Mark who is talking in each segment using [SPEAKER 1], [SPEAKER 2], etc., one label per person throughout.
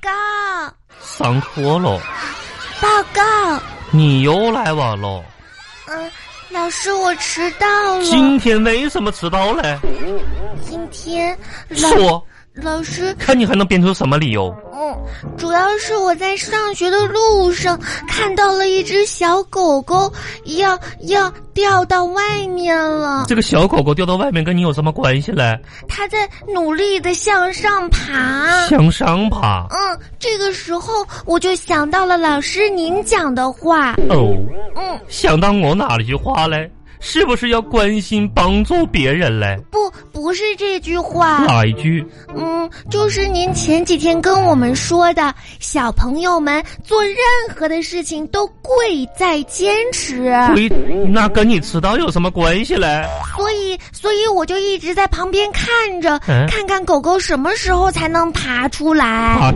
[SPEAKER 1] 告，
[SPEAKER 2] 上课喽，
[SPEAKER 1] 报告，
[SPEAKER 2] 你又来晚了。
[SPEAKER 1] 嗯，老师，我迟到了。
[SPEAKER 2] 今天为什么迟到嘞？
[SPEAKER 1] 今天老
[SPEAKER 2] 说，
[SPEAKER 1] 老师，
[SPEAKER 2] 看你还能编出什么理由？
[SPEAKER 1] 嗯，主要是我在上学的路上看到了一只小狗狗，要要掉到外面了，
[SPEAKER 2] 这个小狗狗掉到外面跟你有什么关系嘞？
[SPEAKER 1] 它在努力的向上爬。
[SPEAKER 2] 向上爬。
[SPEAKER 1] 嗯，这个时候我就想到了老师您讲的话。
[SPEAKER 2] 哦，
[SPEAKER 1] 嗯，
[SPEAKER 2] 想到我哪句话嘞？是不是要关心帮助别人嘞？
[SPEAKER 1] 不，不是这句话。
[SPEAKER 2] 哪一句？
[SPEAKER 1] 嗯，就是您前几天跟我们说的，小朋友们做任何的事情都贵在坚持，
[SPEAKER 2] 回那跟你迟到有什么关系嘞？
[SPEAKER 1] 所以，所以我就一直在旁边看着，
[SPEAKER 2] 嗯
[SPEAKER 1] 看看狗狗什么时候才能爬出来。
[SPEAKER 2] 啊，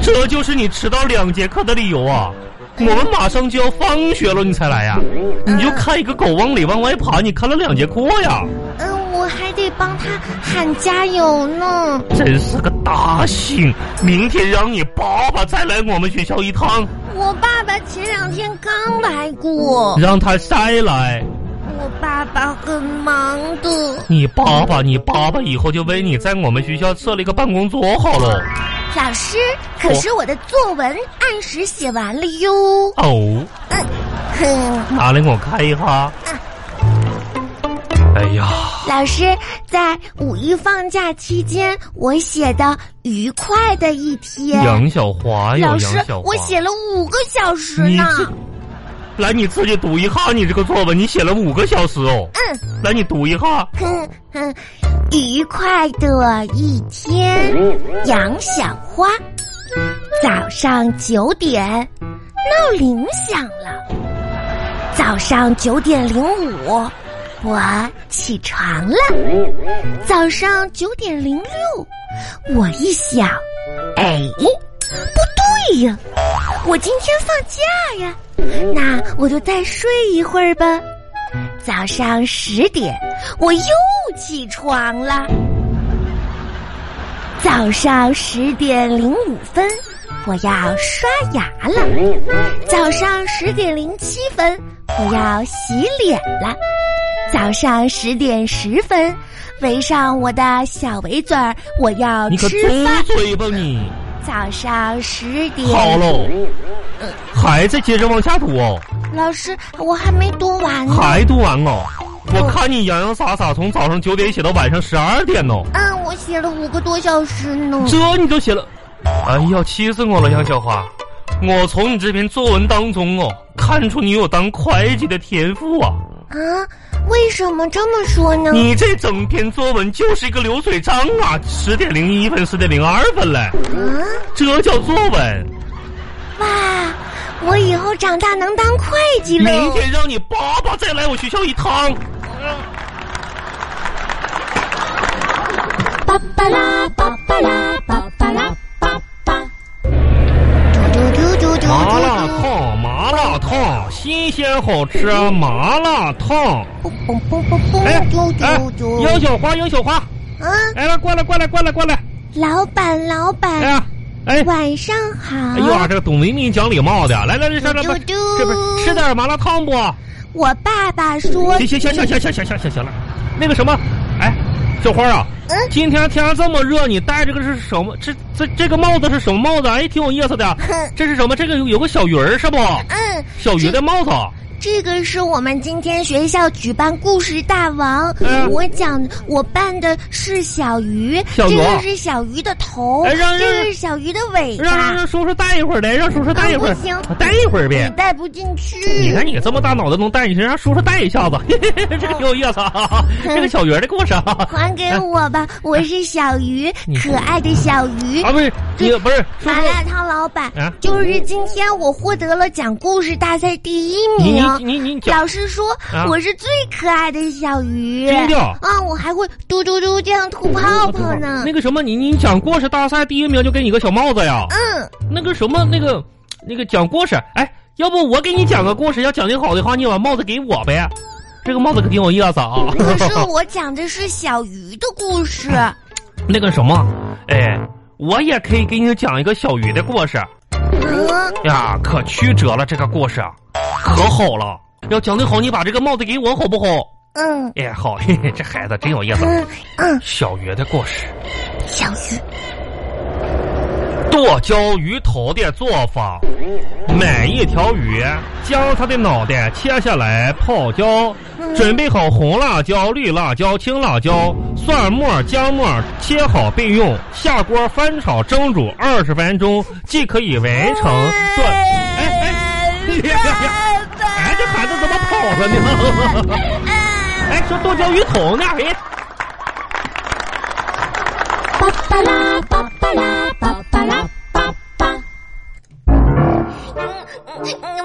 [SPEAKER 2] 这就是你迟到两节课的理由啊！我们马上就要放学了，你才来呀、啊你就看一个狗往里往外爬，你看了两节课呀，
[SPEAKER 1] 嗯，我还得帮它喊加油呢。
[SPEAKER 2] 真是个大幸！明天让你爸爸再来我们学校一趟，
[SPEAKER 1] 我爸爸前两天刚来过，
[SPEAKER 2] 让他再来。
[SPEAKER 1] 我爸爸很忙的。
[SPEAKER 2] 你爸爸，你爸爸以后就为你在我们学校设了一个办公桌好了。
[SPEAKER 1] 老师，可是我的作文按时写完了哟。
[SPEAKER 2] 哦，
[SPEAKER 1] 嗯，哼。
[SPEAKER 2] 拿来我看一下。
[SPEAKER 1] 啊
[SPEAKER 2] 哎呀，
[SPEAKER 1] 老师在五一放假期间，我写的愉快的一天。
[SPEAKER 2] 杨小华哟，
[SPEAKER 1] 老师
[SPEAKER 2] 杨小，华，
[SPEAKER 1] 我写了五个小时
[SPEAKER 2] 你
[SPEAKER 1] 呢。
[SPEAKER 2] 这，来你自己读一下，你这个作文你写了五个小时哦。
[SPEAKER 1] 嗯，
[SPEAKER 2] 来你读一下。
[SPEAKER 1] 哼哼，愉快的一天，杨小花。早上九点，闹铃响了。早上九点零五，我起床了。早上九点零六，我一想，哎，不对呀，我今天放假呀，那我就再睡一会儿吧。早上十点，我又起床了。早上十点零五分，我要刷牙了。早上十点零七分，我要洗脸了。早上十点十分，围上我的小围嘴儿，我要
[SPEAKER 2] 你可
[SPEAKER 1] 啊吃
[SPEAKER 2] 住
[SPEAKER 1] 饭。嗯
[SPEAKER 2] 嘴吧你！
[SPEAKER 1] 早上十点，
[SPEAKER 2] 好喽，
[SPEAKER 1] 嗯
[SPEAKER 2] 还在接着往下读哦，
[SPEAKER 1] 老师，我还没读完呢。
[SPEAKER 2] 还读完哦。我看你洋洋洒洒从早上九点写到晚上十二点哦，
[SPEAKER 1] 嗯，我写了五个多小时呢。
[SPEAKER 2] 这你都写了，哎呀，气死我了，杨小华！我从你这篇作文当中哦，看出你有当会计的天赋啊！
[SPEAKER 1] 啊，为什么这么说呢？
[SPEAKER 2] 你这整篇作文就是一个流水账啊，十点零一分，十点零二分嘞，
[SPEAKER 1] 啊，
[SPEAKER 2] 这叫作文。
[SPEAKER 1] 哇，我以后长大能当会计喽！
[SPEAKER 2] 明天让你爸爸再来我学校一趟。
[SPEAKER 1] 巴巴拉巴巴拉巴巴拉巴巴。嘟嘟嘟嘟嘟嘟
[SPEAKER 2] 麻辣
[SPEAKER 1] 嘟。
[SPEAKER 2] 烫，麻辣烫，新鲜好吃，啊麻辣烫。
[SPEAKER 1] 嘣嘣嘣嘣
[SPEAKER 2] 哎
[SPEAKER 1] 嘣嘟
[SPEAKER 2] 哎
[SPEAKER 1] 嘟，嘟。
[SPEAKER 2] 杨小花，杨小花，哎
[SPEAKER 1] 啊，
[SPEAKER 2] 来来，过来，过来，过来，过来。
[SPEAKER 1] 老板老
[SPEAKER 2] 哎
[SPEAKER 1] 板，
[SPEAKER 2] 呀，哎，
[SPEAKER 1] 晚上好。
[SPEAKER 2] 哎呀，这个懂文明讲礼貌的，来来来，上来，
[SPEAKER 1] 嘟
[SPEAKER 2] 不
[SPEAKER 1] 嘟
[SPEAKER 2] 是，这不是吃点麻辣烫不？
[SPEAKER 1] 我爸爸说
[SPEAKER 2] 行，行行行行行行行行行了，那个什么，哎，小花啊，
[SPEAKER 1] 嗯
[SPEAKER 2] 今天天儿这么热，你戴这个是什么？这这这个帽子是什么帽子？哎，挺有意 思的。
[SPEAKER 1] 哼
[SPEAKER 2] 这是什么？这个有有个小鱼儿是不？
[SPEAKER 1] 嗯，
[SPEAKER 2] 小鱼的帽子。
[SPEAKER 1] 这个是我们今天学校举办故事大王，
[SPEAKER 2] 嗯
[SPEAKER 1] 我讲我扮的是小鱼，
[SPEAKER 2] 小鱼
[SPEAKER 1] 这
[SPEAKER 2] 啊
[SPEAKER 1] 个是小鱼的头，
[SPEAKER 2] 哎让让
[SPEAKER 1] 这个是小鱼的尾
[SPEAKER 2] 让让
[SPEAKER 1] 巴，
[SPEAKER 2] 让叔叔带一会儿来，让叔叔带一会儿，
[SPEAKER 1] 啊不行
[SPEAKER 2] 带一会儿
[SPEAKER 1] 你
[SPEAKER 2] 呗。
[SPEAKER 1] 带不进去。
[SPEAKER 2] 你看你这么大脑袋能带进去，让叔叔带一下子，嘿嘿嘿这个挺有意思啊，
[SPEAKER 1] 嗯
[SPEAKER 2] 这个小鱼儿的故事啊。
[SPEAKER 1] 还给我吧，我是小鱼
[SPEAKER 2] 哎你，
[SPEAKER 1] 可爱的小鱼。
[SPEAKER 2] 啊，不是你不是叔
[SPEAKER 1] 麻
[SPEAKER 2] 叔，
[SPEAKER 1] 辣烫老板
[SPEAKER 2] 啊，
[SPEAKER 1] 就是今天我获得了讲故事大赛第一
[SPEAKER 2] 你
[SPEAKER 1] 名。
[SPEAKER 2] 你你你讲
[SPEAKER 1] 老师说
[SPEAKER 2] 啊
[SPEAKER 1] 我是最可爱的小鱼，
[SPEAKER 2] 真的
[SPEAKER 1] 啊，我还会嘟嘟嘟这样吐泡泡呢
[SPEAKER 2] 那。个什么，你你讲故事大赛第一名就给你个小帽子呀？
[SPEAKER 1] 嗯，
[SPEAKER 2] 那个什么那个那个讲故事，哎，要不我给你讲个故事，要讲的好的话，你把帽子给我呗。这个帽子可挺有意思啊。
[SPEAKER 1] 可是我讲的是小鱼的故事。
[SPEAKER 2] 那个什么，哎，我也可以给你讲一个小鱼的故事
[SPEAKER 1] 嗯，
[SPEAKER 2] 哎呀，可曲折了，这个故事啊可好了。要讲的好，你把这个帽子给我好不好？
[SPEAKER 1] 嗯
[SPEAKER 2] 哎，好，嘿嘿，这孩子真有意思。
[SPEAKER 1] 嗯嗯，
[SPEAKER 2] 小鱼的故事，
[SPEAKER 1] 小鱼，
[SPEAKER 2] 剁椒鱼头的做法：买一条鱼，将它的脑袋切下来泡椒，准备好红辣椒、绿辣椒、青辣椒、蒜末、姜末，切好备用。下锅翻炒蒸煮二十分钟，即可以完成做。哎哎，呀呀呀！哎，这孩子怎么跑了呢？ 哎，说剁椒鱼头呢？哎，
[SPEAKER 1] 巴巴拉巴巴拉巴巴拉巴巴。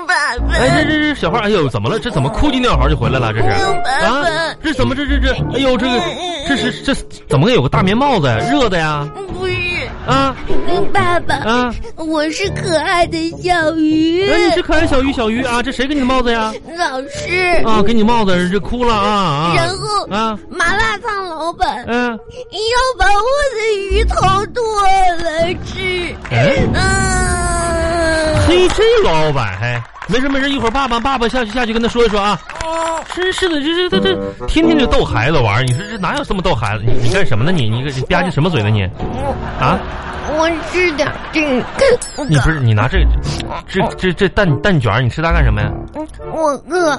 [SPEAKER 1] 爸爸，
[SPEAKER 2] 哎，这这这小花，哎呦，怎么了？这怎么哭唧尿嚎就回来了？这是啊？这怎么这这这？哎呦，这个这是这怎么有个大棉帽子呀？热的呀？
[SPEAKER 1] 不是，
[SPEAKER 2] 啊
[SPEAKER 1] 爸爸，
[SPEAKER 2] 啊！
[SPEAKER 1] 我是可爱的小鱼
[SPEAKER 2] 哎，你这可爱小鱼小鱼啊，这谁给你的帽子呀？
[SPEAKER 1] 老师，
[SPEAKER 2] 啊，给你帽子，这哭了啊啊！
[SPEAKER 1] 然后
[SPEAKER 2] 啊，
[SPEAKER 1] 麻辣烫老板
[SPEAKER 2] 嗯、
[SPEAKER 1] 要把我的鱼头剁了吃。
[SPEAKER 2] 哎，
[SPEAKER 1] 嗯，
[SPEAKER 2] 嘿，这老板还、没事没事，一会儿爸爸爸爸下去下去跟他说一说啊。真是的，这这这这天天就逗孩子玩儿，你说这哪有这么逗孩子？你你干什么呢？你你你吧唧什么嘴呢
[SPEAKER 1] 哦
[SPEAKER 2] 你？啊，
[SPEAKER 1] 我吃点这个，
[SPEAKER 2] 你不是你拿这这
[SPEAKER 1] 哦
[SPEAKER 2] 这这蛋蛋卷儿，你吃它干什么呀？
[SPEAKER 1] 我饿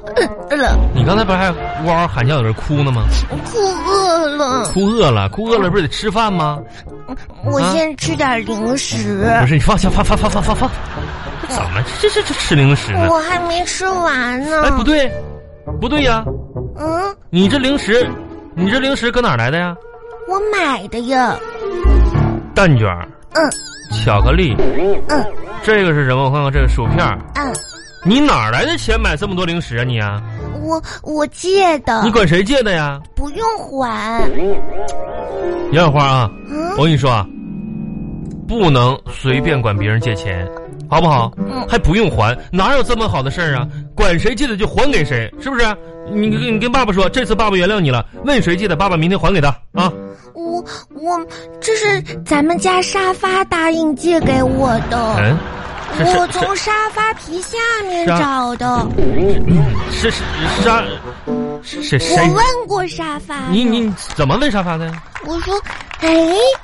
[SPEAKER 1] 了，
[SPEAKER 2] 你刚才不是还哇嗷喊叫有人哭呢吗？
[SPEAKER 1] 哭饿了，
[SPEAKER 2] 哭饿了，哭饿了不是得吃饭吗？
[SPEAKER 1] 我先吃点零食，
[SPEAKER 2] 不是你放下放放放放放放，这怎么这这这吃零食呢？
[SPEAKER 1] 我还没吃完呢。
[SPEAKER 2] 哎，不，对，不对呀，
[SPEAKER 1] 嗯，
[SPEAKER 2] 你这零食，你这零食搁哪儿来的呀？
[SPEAKER 1] 我买的呀，
[SPEAKER 2] 蛋卷儿、
[SPEAKER 1] 嗯
[SPEAKER 2] 巧克力，
[SPEAKER 1] 嗯
[SPEAKER 2] 这个是什么？我看看这个薯片儿。
[SPEAKER 1] 嗯，
[SPEAKER 2] 你哪儿来的钱买这么多零食啊你啊？
[SPEAKER 1] 我我借的
[SPEAKER 2] 你，管谁借的呀？
[SPEAKER 1] 不用还。
[SPEAKER 2] 杨小花啊，
[SPEAKER 1] 嗯
[SPEAKER 2] 我跟你说啊，不能随便管别人借钱，好不好？
[SPEAKER 1] 嗯
[SPEAKER 2] 还不用还，哪有这么好的事儿啊？管谁借的就还给谁，是不是？你你跟爸爸说，这次爸爸原谅你了，问谁借的，爸爸明天还给他啊。
[SPEAKER 1] 我我这是咱们家沙发答应借给我的，
[SPEAKER 2] 嗯，是是
[SPEAKER 1] 我从沙发皮下面
[SPEAKER 2] 沙
[SPEAKER 1] 找的。
[SPEAKER 2] 是是沙，是谁
[SPEAKER 1] 我
[SPEAKER 2] 谁？
[SPEAKER 1] 问过沙发，
[SPEAKER 2] 你你怎么问沙发的？
[SPEAKER 1] 我说，哎，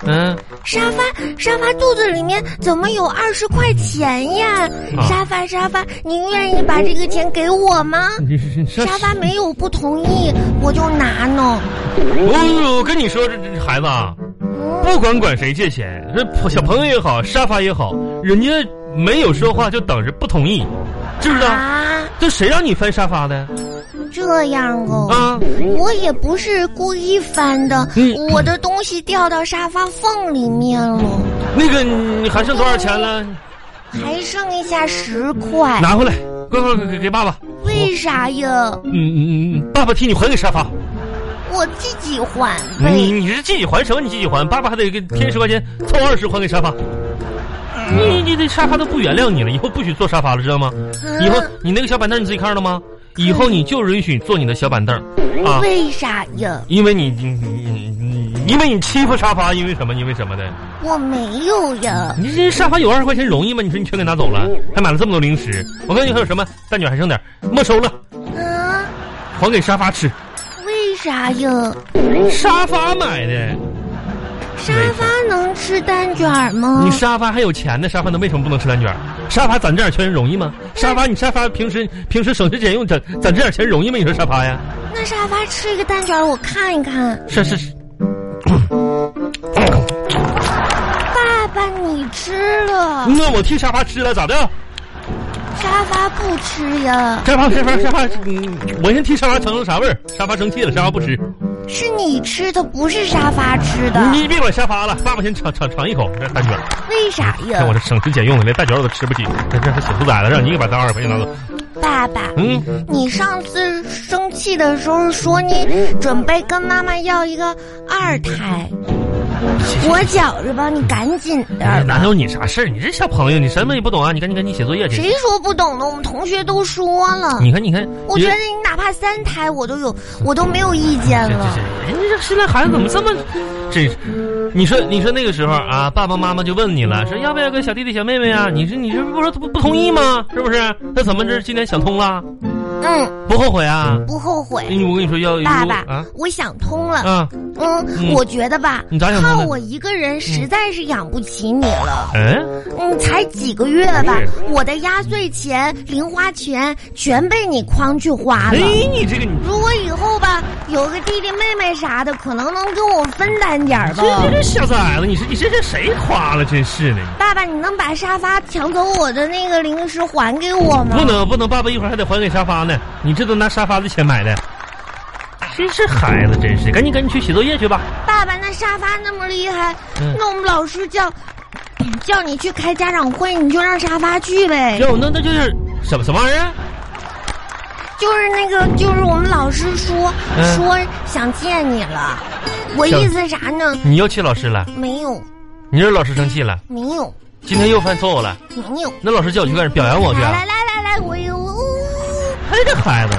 [SPEAKER 2] 嗯，
[SPEAKER 1] 沙发沙发肚子里面怎么有二十块钱呀？
[SPEAKER 2] 啊
[SPEAKER 1] 沙发沙发，你愿意把这个钱给我吗？
[SPEAKER 2] 你是
[SPEAKER 1] 沙发没有不同意，我就拿呢。
[SPEAKER 2] 我我跟你说，这这孩子啊，
[SPEAKER 1] 嗯
[SPEAKER 2] 不管管谁借钱，这小朋友也好，沙发也好，人家没有说话就等着不同意，知不知道？
[SPEAKER 1] 啊，
[SPEAKER 2] 这谁让你翻沙发的
[SPEAKER 1] 这样哦。
[SPEAKER 2] 啊？
[SPEAKER 1] 我也不是故意翻的，
[SPEAKER 2] 嗯
[SPEAKER 1] 我的东西掉到沙发缝里面了，
[SPEAKER 2] 那个你还剩多少钱了？
[SPEAKER 1] 还剩下十块，
[SPEAKER 2] 拿回来，快快快给给爸爸，
[SPEAKER 1] 为啥呀？
[SPEAKER 2] 嗯嗯嗯，爸爸替你还给沙发。
[SPEAKER 1] 我自己还
[SPEAKER 2] 你
[SPEAKER 1] 呗。
[SPEAKER 2] 你是自己还什么？你自己还，爸爸还得给添十块钱，凑二十还给沙发。你你这沙发都不原谅你了，以后不许坐沙发了，知道吗？以后你那个小板凳你自己看着了吗？以后你就允许坐你的小板凳啊
[SPEAKER 1] 啊，为啥呀？
[SPEAKER 2] 因为你你你你，因为你欺负沙发，因为什么？因为什么的？
[SPEAKER 1] 我没有呀。
[SPEAKER 2] 你这沙发有二十块钱容易吗？你说你全给拿走了，还买了这么多零食。我告诉你还有什么蛋卷还剩点，没收了，
[SPEAKER 1] 啊，
[SPEAKER 2] 还给沙发吃。
[SPEAKER 1] 为啥呀？
[SPEAKER 2] 沙发买的，
[SPEAKER 1] 沙发能吃蛋卷吗
[SPEAKER 2] 你？沙发还有钱呢，沙发能为什么不能吃蛋卷？沙发攒这点钱容易吗？沙发你沙发平时平时省吃俭用攒攒这点钱容易吗？你说沙发呀？
[SPEAKER 1] 那沙发吃一个蛋卷，我看一看。
[SPEAKER 2] 是是是，
[SPEAKER 1] 爸爸，你吃了，
[SPEAKER 2] 那我替沙发吃了咋的？
[SPEAKER 1] 沙发不吃呀？
[SPEAKER 2] 沙发沙发沙发，嗯，我先替沙发尝尝啥味儿？沙发生气了，沙发不吃。
[SPEAKER 1] 是你吃的，不是沙发吃的。
[SPEAKER 2] 你别管沙发了，爸爸先尝尝尝一口这蛋卷儿。
[SPEAKER 1] 为啥啊呀
[SPEAKER 2] 看？我这省吃俭用的，连蛋卷儿我都吃不起，这这还小兔崽子，让你给把当二块钱拿走。
[SPEAKER 1] 爸爸，
[SPEAKER 2] 嗯，
[SPEAKER 1] 你上次生气的时候说你准备跟妈妈要一个二胎，我觉着吧，你赶紧点
[SPEAKER 2] 哎
[SPEAKER 1] 儿
[SPEAKER 2] 哪
[SPEAKER 1] 吧。
[SPEAKER 2] 有你啥事儿？你这小朋友，你什么也不懂啊！你赶紧赶紧写作业去。
[SPEAKER 1] 谁说不懂的？我们同学都说了。
[SPEAKER 2] 你看，你看，
[SPEAKER 1] 我
[SPEAKER 2] 你
[SPEAKER 1] 觉得你哪怕怕三胎，我都有，我都没有意见
[SPEAKER 2] 这这
[SPEAKER 1] 了。
[SPEAKER 2] 这，人家这现在孩子怎么这么，真是，你说你说那个时候啊，爸爸妈妈就问你了，说要不要个小弟弟小妹妹啊？你说你这不是不不同意吗？是不是？那怎么这今天想通了？
[SPEAKER 1] 嗯，
[SPEAKER 2] 不后悔啊？
[SPEAKER 1] 不后悔。
[SPEAKER 2] 你我跟你说要
[SPEAKER 1] 爸爸，
[SPEAKER 2] 啊
[SPEAKER 1] 我想通了。
[SPEAKER 2] 啊，嗯
[SPEAKER 1] 嗯，我觉得吧，
[SPEAKER 2] 你咋想通
[SPEAKER 1] 靠
[SPEAKER 2] 的
[SPEAKER 1] 我一个人实在是养不起你了。
[SPEAKER 2] 嗯，
[SPEAKER 1] 嗯，才几个月吧
[SPEAKER 2] 是，
[SPEAKER 1] 我的压岁钱、零花钱全被你诓去花
[SPEAKER 2] 哎
[SPEAKER 1] 了。，
[SPEAKER 2] 你这个你
[SPEAKER 1] 如果以后吧，有个弟弟妹妹啥的，可能能跟我分担点儿吧
[SPEAKER 2] 这。这这小崽子，你说你这这谁夸了？真是的。
[SPEAKER 1] 爸爸，你能把沙发抢走我的那个零食还给我吗
[SPEAKER 2] 不？能不能，爸爸一会儿还得还给沙发呢。你这都拿沙发的钱买的，真是孩子，真是！赶紧赶紧去写作业去吧。
[SPEAKER 1] 爸爸，那沙发那么厉害，
[SPEAKER 2] 嗯
[SPEAKER 1] 那我们老师叫叫你去开家长会，你就让沙发去呗。
[SPEAKER 2] 要不那那就是什么什么玩意儿？啊
[SPEAKER 1] 就是那个，就是我们老师说、
[SPEAKER 2] 嗯
[SPEAKER 1] 说想见你了，我
[SPEAKER 2] 想
[SPEAKER 1] 意思啥呢？
[SPEAKER 2] 你又气老师了？
[SPEAKER 1] 没有，
[SPEAKER 2] 你让老师生气了？
[SPEAKER 1] 没有，
[SPEAKER 2] 今天又犯错误了？
[SPEAKER 1] 没有。
[SPEAKER 2] 那老师叫我去干什么？表扬我去、
[SPEAKER 1] 来
[SPEAKER 2] 啊
[SPEAKER 1] 来？来来来，我有。
[SPEAKER 2] 哎，这孩子，